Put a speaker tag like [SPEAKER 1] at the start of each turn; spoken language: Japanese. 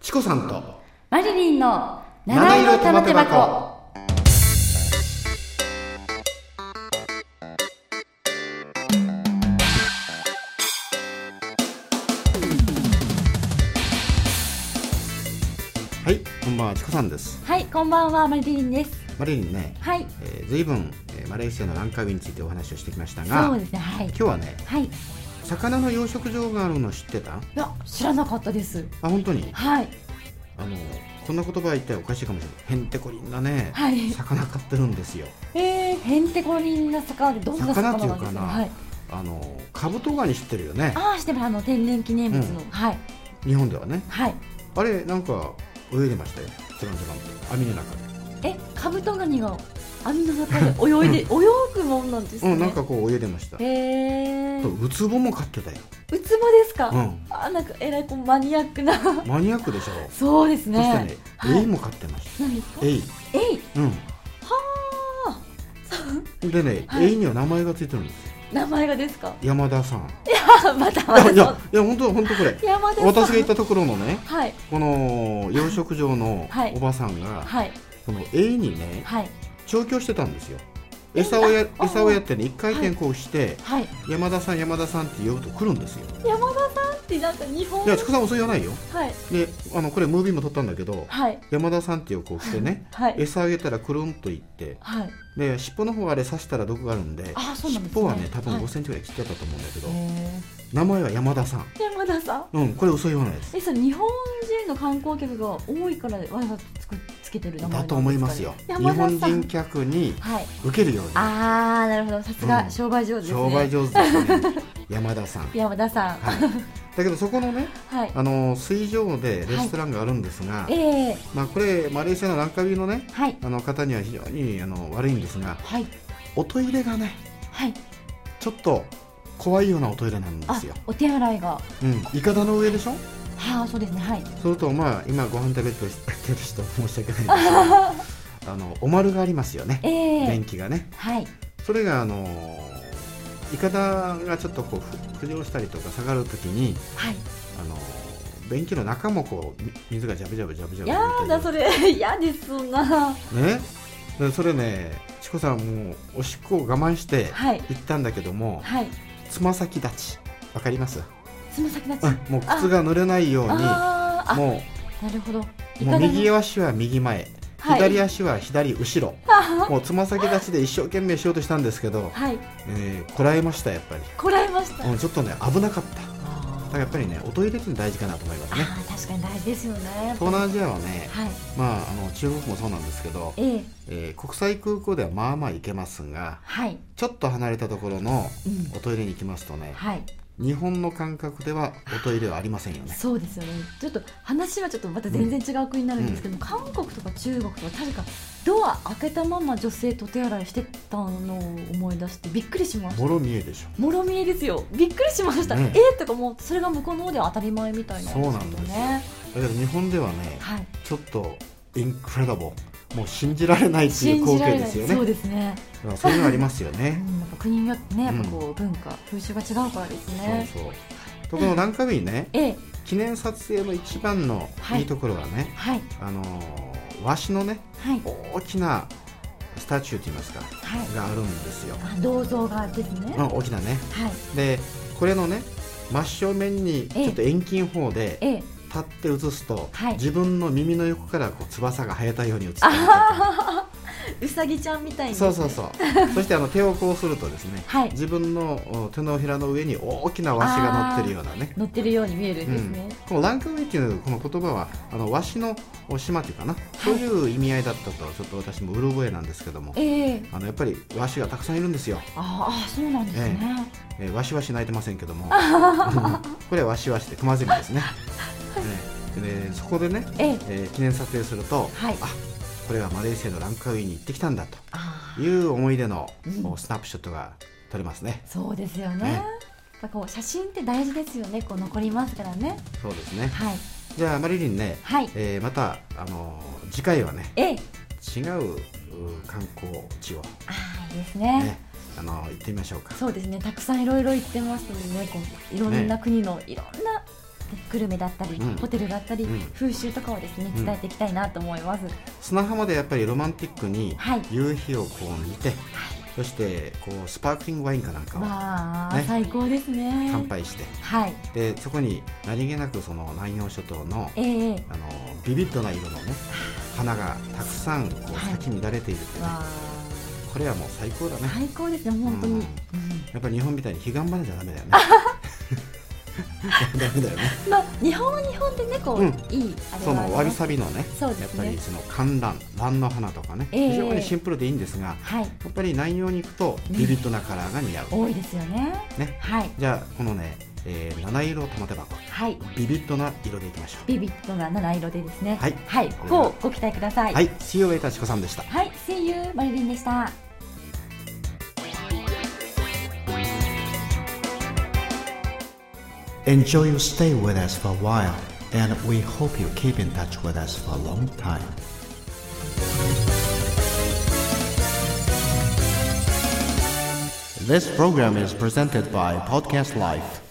[SPEAKER 1] チコさんと
[SPEAKER 2] マリリンの七色玉手箱。
[SPEAKER 1] はい、こんばんはチコさんです。
[SPEAKER 2] はい、こんばんは、マリリンです。
[SPEAKER 1] マリリンね、
[SPEAKER 2] はい、
[SPEAKER 1] えー、ずいぶん、えーマレーシアのランカウィについてお話をしてきましたが、
[SPEAKER 2] そう
[SPEAKER 1] 今
[SPEAKER 2] ですね、はい。
[SPEAKER 1] 日はね、
[SPEAKER 2] はい、い
[SPEAKER 1] 魚の養殖場があるの知ってた？あ、
[SPEAKER 2] や、知らなかったです。
[SPEAKER 1] 本当に。
[SPEAKER 2] はい、
[SPEAKER 1] あのこんな言葉は言ったらおかしいかもしれない。へんてこりんなね、
[SPEAKER 2] はい
[SPEAKER 1] 魚買ってるんですよ。
[SPEAKER 2] えー、へんてこりんな魚でどんな魚なんです
[SPEAKER 1] 魚っていうかな
[SPEAKER 2] はい。
[SPEAKER 1] あのカブトガニ知ってるよね。
[SPEAKER 2] ああ、してもあの天然記念物の、
[SPEAKER 1] う
[SPEAKER 2] はい、
[SPEAKER 1] 日本ではね。
[SPEAKER 2] はい。
[SPEAKER 1] あれなんか泳いでましたよ。ちょろんちょろんと網の中で。
[SPEAKER 2] え、カブトガニが網の中で泳いで、泳ぐもんなんですね。
[SPEAKER 1] うん、なんかこう泳いでました。
[SPEAKER 2] へえ
[SPEAKER 1] あと
[SPEAKER 2] ー、
[SPEAKER 1] ウツボも買ってたよ。
[SPEAKER 2] ウツボですか。
[SPEAKER 1] うん、
[SPEAKER 2] あー、なんかえらいこうマニアックな。
[SPEAKER 1] マニアックでしょ。
[SPEAKER 2] そうです
[SPEAKER 1] そして
[SPEAKER 2] ね
[SPEAKER 1] ね。、
[SPEAKER 2] はい
[SPEAKER 1] エイも買ってました。
[SPEAKER 2] 何ですか。
[SPEAKER 1] エイ、
[SPEAKER 2] えい、
[SPEAKER 1] うん。
[SPEAKER 2] は
[SPEAKER 1] でね、
[SPEAKER 2] はい
[SPEAKER 1] エイには名前がついてるんですよ。
[SPEAKER 2] あ、名前がですか。
[SPEAKER 1] 山田さん。
[SPEAKER 2] あまたま
[SPEAKER 1] いや
[SPEAKER 2] た
[SPEAKER 1] いやいや本当本当 これ。
[SPEAKER 2] 山田さん
[SPEAKER 1] 私が行ったところのね、
[SPEAKER 2] はい
[SPEAKER 1] この養殖場の
[SPEAKER 2] はい
[SPEAKER 1] おばさんが、
[SPEAKER 2] はい
[SPEAKER 1] このエイにね、
[SPEAKER 2] はい
[SPEAKER 1] 調教してたんですよ。餌をや
[SPEAKER 2] あ
[SPEAKER 1] 餌をやってね、一回転こうして、
[SPEAKER 2] はい
[SPEAKER 1] 山田さん山田さんって呼ぶと来るんですよ。
[SPEAKER 2] 山田さんってなんか日本
[SPEAKER 1] いや、ちくさんもそう言わないよ。
[SPEAKER 2] はい
[SPEAKER 1] で、あのこれムービーも撮ったんだけど、
[SPEAKER 2] はい
[SPEAKER 1] 山田さんっていうこうしてね、
[SPEAKER 2] はい
[SPEAKER 1] 餌あげたらくるんと行って、
[SPEAKER 2] はい
[SPEAKER 1] で尻尾の方あれ刺したら毒があるんで
[SPEAKER 2] あそうなんですね
[SPEAKER 1] 尻尾はね多分
[SPEAKER 2] はい
[SPEAKER 1] 5センチぐらい切ってたと思うんだけど、
[SPEAKER 2] へ
[SPEAKER 1] 名前は山田さん
[SPEAKER 2] ー山田さん
[SPEAKER 1] うんこれ嘘言わないです
[SPEAKER 2] えそれ日本人の観光客が多いからわざわざつくつけてる名前なんですかね
[SPEAKER 1] だと思いますよ日
[SPEAKER 2] 山
[SPEAKER 1] 本
[SPEAKER 2] 田さん
[SPEAKER 1] 人客に
[SPEAKER 2] はい
[SPEAKER 1] 受けるように
[SPEAKER 2] あーなるほどさす
[SPEAKER 1] うん
[SPEAKER 2] が商売上手ですね
[SPEAKER 1] 商売上手ですね山田さん、はい、
[SPEAKER 2] 山田さん
[SPEAKER 1] だけどそこのね
[SPEAKER 2] はい
[SPEAKER 1] あの水上でレストランがあるんですが、
[SPEAKER 2] ええ
[SPEAKER 1] まあ、これマレーシアのランカビのね
[SPEAKER 2] はい
[SPEAKER 1] あの方には非常にあの悪いんですが
[SPEAKER 2] はい
[SPEAKER 1] おトイレがね
[SPEAKER 2] はい
[SPEAKER 1] ちょっと怖いようなおトイレなんで
[SPEAKER 2] あ
[SPEAKER 1] すよ、
[SPEAKER 2] お手洗いが
[SPEAKER 1] うん、いかだの上でしょ
[SPEAKER 2] はあそうですねはい
[SPEAKER 1] それとまあ今ご飯食べてる人申し訳ないんですけ どあのお丸がありますよね
[SPEAKER 2] ええ
[SPEAKER 1] 電気がね
[SPEAKER 2] はい
[SPEAKER 1] それがあのいかだがちょっとこうふ浮上したりとか下がるときに
[SPEAKER 2] はい
[SPEAKER 1] あの便器の中もこうみ水がジャブジャブジャブジャブ
[SPEAKER 2] やだそれ 嫌ですそんな
[SPEAKER 1] ねでそれねチコさんもうおしっこを我慢して
[SPEAKER 2] はい
[SPEAKER 1] 行ったんだけども
[SPEAKER 2] はい
[SPEAKER 1] つま先立ちわかります、
[SPEAKER 2] つま先立ち
[SPEAKER 1] うん、もう靴が濡れないように
[SPEAKER 2] あーあ
[SPEAKER 1] も
[SPEAKER 2] なるほど
[SPEAKER 1] うもう右
[SPEAKER 2] を
[SPEAKER 1] 足は右前左足は左後ろ、もうつま先立ちで一生懸命しようとしたんですけど、
[SPEAKER 2] はい、はい、
[SPEAKER 1] えーこらえましたやっぱり、
[SPEAKER 2] こらえました、
[SPEAKER 1] う
[SPEAKER 2] あ
[SPEAKER 1] ん、ちょっとね危なかっただか
[SPEAKER 2] あ
[SPEAKER 1] らやっぱりねおトイレって大事かなと思いますね
[SPEAKER 2] ー確かに大事ですよね
[SPEAKER 1] 東南アジアはね、
[SPEAKER 2] はい
[SPEAKER 1] まあ、あの中国もそうなんですけど、
[SPEAKER 2] ええ
[SPEAKER 1] えー国際空港ではまあまあ行けますが
[SPEAKER 2] はい
[SPEAKER 1] ちょっと離れたところの
[SPEAKER 2] うん
[SPEAKER 1] おトイレに行きますとね
[SPEAKER 2] はい
[SPEAKER 1] 日本の感覚ではおトイレはありませんよね
[SPEAKER 2] そうですよねちょっと話はちょっとまた全然違う国になるんですけども、韓国とか中国とか確かドア開けたまま女性と手洗いしてたのを思い出してびっくりしました
[SPEAKER 1] もろ見えでしょ
[SPEAKER 2] もろ見えですよびっくりしました、
[SPEAKER 1] ね
[SPEAKER 2] えーとかもうそれが向こうの方では当たり前みたいなんです
[SPEAKER 1] そ
[SPEAKER 2] よね
[SPEAKER 1] うなんですよだけど日本ではね
[SPEAKER 2] はい
[SPEAKER 1] ちょっとインクレダボーもう信じられないっていう光景ですよね
[SPEAKER 2] そうですね、
[SPEAKER 1] まあそういうのありますよ
[SPEAKER 2] う
[SPEAKER 1] ね。
[SPEAKER 2] ん、やっぱ国によってねやっぱこう文化、風習が違うからです ね
[SPEAKER 1] そうそう。とこのランカビーね、
[SPEAKER 2] ええ
[SPEAKER 1] 記念撮影の一番の
[SPEAKER 2] はい
[SPEAKER 1] いいところはね、
[SPEAKER 2] はい
[SPEAKER 1] あのー和紙のね
[SPEAKER 2] はい
[SPEAKER 1] 大きなスタチューといいますか
[SPEAKER 2] はい
[SPEAKER 1] があるんですよ。
[SPEAKER 2] あ銅像がですね、
[SPEAKER 1] うん、大きなね。
[SPEAKER 2] はい
[SPEAKER 1] でこれのね真正面に
[SPEAKER 2] ええ
[SPEAKER 1] ちょっと遠近法で
[SPEAKER 2] ええ
[SPEAKER 1] 立って写すと、
[SPEAKER 2] はい
[SPEAKER 1] 自分の耳の横からこう翼が生えたように写って
[SPEAKER 2] あ
[SPEAKER 1] る
[SPEAKER 2] ははうさぎちゃんみたいに
[SPEAKER 1] そうそうそうそしてあの手をこうするとですね
[SPEAKER 2] はい
[SPEAKER 1] 自分のお手のひらの上に大きな和紙が乗ってるようなね
[SPEAKER 2] 乗ってるように見えるんですね、
[SPEAKER 1] このランカウェイっていうこの言葉はあの和紙の島っていうかなそういう意味合いだったとちょっと私もうる覚えなんですけども
[SPEAKER 2] ええ
[SPEAKER 1] あのやっぱり和紙がたくさんいるんですよ、
[SPEAKER 2] ああそうなんですね、
[SPEAKER 1] えー、わしわし泣いてませんけ どもうんこれはわしわしで熊ゼミですね、えーでそこでね、
[SPEAKER 2] ええ
[SPEAKER 1] えー記念撮影すると、
[SPEAKER 2] はい
[SPEAKER 1] あこれはマレーシアのランカウェイに行ってきたんだ
[SPEAKER 2] あ
[SPEAKER 1] という思い出の、
[SPEAKER 2] うん
[SPEAKER 1] こうスナップショットが撮れますね
[SPEAKER 2] あそうですよね、
[SPEAKER 1] ええ
[SPEAKER 2] やっぱこう写真って大事ですよねこう残りますからね
[SPEAKER 1] そうですね
[SPEAKER 2] はい
[SPEAKER 1] じゃあマリリンね、
[SPEAKER 2] はい
[SPEAKER 1] えーまた、あのー次回はね
[SPEAKER 2] ええ
[SPEAKER 1] 違うう観光地を
[SPEAKER 2] ああいいですね
[SPEAKER 1] ね、あの行ってみましょうか。
[SPEAKER 2] そうですねたくさんいろいろ行ってますのでねこういろんな国のいろんなね、グルメだったり、
[SPEAKER 1] うん
[SPEAKER 2] ホテルだったり、
[SPEAKER 1] うん
[SPEAKER 2] 風習とかをですね
[SPEAKER 1] うん
[SPEAKER 2] 伝えていきたいなと思います、
[SPEAKER 1] 砂浜でやっぱりロマンティックに
[SPEAKER 2] はい
[SPEAKER 1] 夕日をこう見て、そしてこうスパークリングワインかなんかを
[SPEAKER 2] わあ、
[SPEAKER 1] ね
[SPEAKER 2] 最高ですね
[SPEAKER 1] 乾杯して、
[SPEAKER 2] はい
[SPEAKER 1] でそこに何気なくその南洋諸島の
[SPEAKER 2] ええわ
[SPEAKER 1] あのビビッドな色のね花がたくさんこ
[SPEAKER 2] は
[SPEAKER 1] う
[SPEAKER 2] い
[SPEAKER 1] 咲き乱れているというね、
[SPEAKER 2] あ
[SPEAKER 1] これはもう最高だね。
[SPEAKER 2] 最高ですね本当に、
[SPEAKER 1] うんやっぱり日本みたいに彼岸花じゃダメだよ ね。ダメだよね。
[SPEAKER 2] うんまあ日本は日本でねこう、
[SPEAKER 1] うん
[SPEAKER 2] いいあれ
[SPEAKER 1] そ
[SPEAKER 2] はあ
[SPEAKER 1] のわび
[SPEAKER 2] ります
[SPEAKER 1] さびのね、
[SPEAKER 2] そうですね
[SPEAKER 1] やっぱりその観覧、蘭の花とかね、
[SPEAKER 2] ええ
[SPEAKER 1] 非常にシンプルでいいんですが、
[SPEAKER 2] はい
[SPEAKER 1] やっぱり南洋に行くとビビッドなカラーが似合う。
[SPEAKER 2] 多いですよね
[SPEAKER 1] ね。
[SPEAKER 2] はい
[SPEAKER 1] じゃあこのね、えー、七色玉手箱、
[SPEAKER 2] はい
[SPEAKER 1] ビビッドな色でいきましょう。
[SPEAKER 2] ビビットな七色でですね
[SPEAKER 1] はい
[SPEAKER 2] はい、ここをご期待ください
[SPEAKER 1] はい、水曜エタチコさんでした。
[SPEAKER 2] はい、声優マリリンでした。
[SPEAKER 3] Enjoy your stay with us for a while, and we hope you keep in touch with us for a long time. This program is presented by Podcast Life.